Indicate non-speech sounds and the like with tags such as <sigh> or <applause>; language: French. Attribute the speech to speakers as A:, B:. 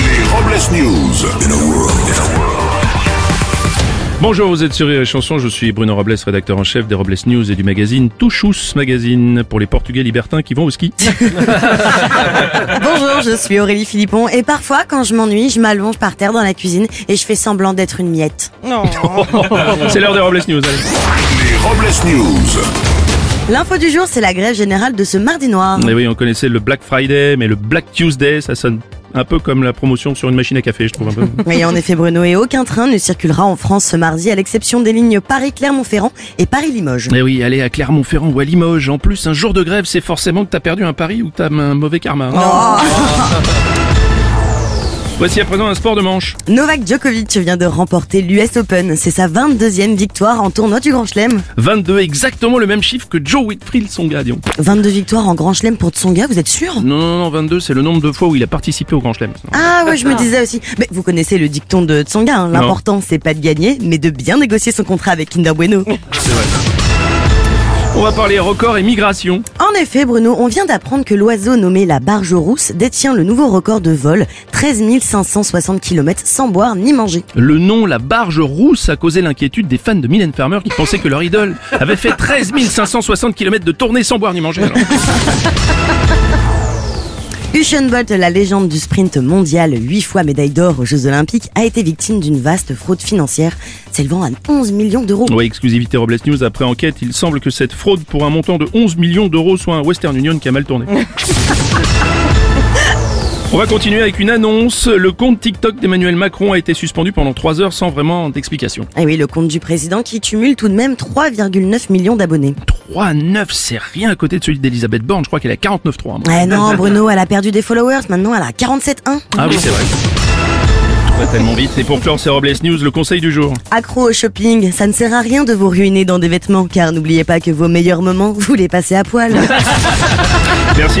A: Flash News. In a world.
B: Bonjour, vous êtes sur Rire et Chanson, je suis Bruno Robles, rédacteur en chef des Robles News et du magazine Touchous Magazine pour les Portugais libertins qui vont au <laughs> ski.
C: Bonjour, je suis Aurélie Philippon et parfois quand je m'ennuie, je m'allonge par terre dans la cuisine et je fais semblant d'être une miette.
B: Non. C'est l'heure des Robles News. Allez.
A: Les Robles News.
C: L'info du jour, c'est la grève générale de ce mardi noir.
B: Et Eh oui, on connaissait le Black Friday, mais le Black Tuesday, ça sonne un peu comme la promotion sur une machine à café, je trouve un <laughs> peu.
C: Oui, en effet, Bruno, et aucun train ne circulera en France ce mardi, à l'exception des lignes Paris-Clermont-Ferrand et Paris-Limoges.
B: Et Eh oui, aller à Clermont-Ferrand ou à Limoges, en plus, un jour de grève, c'est forcément que t'as perdu un pari ou que t'as un mauvais karma. Oh Voici à présent un sport de manche.
C: Novak Djokovic vient de remporter l'US Open. C'est sa 22e victoire en tournoi du Grand Chelem.
B: 22, exactement le même chiffre que Joe Whitfield, son gars, Dion.
C: 22 victoires en Grand Chelem pour Tsonga, vous êtes sûr
B: Non, non, non, 22, c'est le nombre de fois où il a participé au Grand Chelem.
C: Ah ouais, je me disais aussi. Mais vous connaissez le dicton de Tsonga, hein. l'important c'est pas de gagner, mais de bien négocier son contrat avec Kinder Bueno.
B: c'est vrai. On va parler records et migration.
C: En effet, Bruno, on vient d'apprendre que l'oiseau nommé la barge rousse détient le nouveau record de vol, 13 560 km sans boire ni manger.
B: Le nom, la barge rousse, a causé l'inquiétude des fans de Mylène Farmer qui pensaient que leur idole avait fait 13 560 km de tournée sans boire ni manger. Alors.
C: Usain Bolt, la légende du sprint mondial, 8 fois médaille d'or aux Jeux Olympiques, a été victime d'une vaste fraude financière s'élevant à 11 millions d'euros.
B: <laughs> Oui, exclusivité Robles News, après enquête, il semble que cette fraude pour un montant de 11 millions d'euros soit un Western Union qui a mal tourné. <laughs> On va continuer avec une annonce. Le compte TikTok d'Emmanuel Macron a été suspendu pendant 3 heures sans vraiment d'explication.
C: Et Eh oui, le compte du président qui cumule tout de même 3,9 millions d'abonnés.
B: 3,9, c'est rien à côté de celui d'Elisabeth Borne. Je crois qu'elle a 49,3.
C: Eh ouais, non, Bruno, elle a perdu des followers. Maintenant, elle a hein. 47,1.
B: Ah oui, c'est vrai. Pas tellement vite. Et pour clore ces Robles News, le conseil du jour.
C: Accro au shopping, ça ne sert à rien de vous ruiner dans des vêtements, car n'oubliez pas que vos meilleurs moments, vous les passez à poil.
B: Merci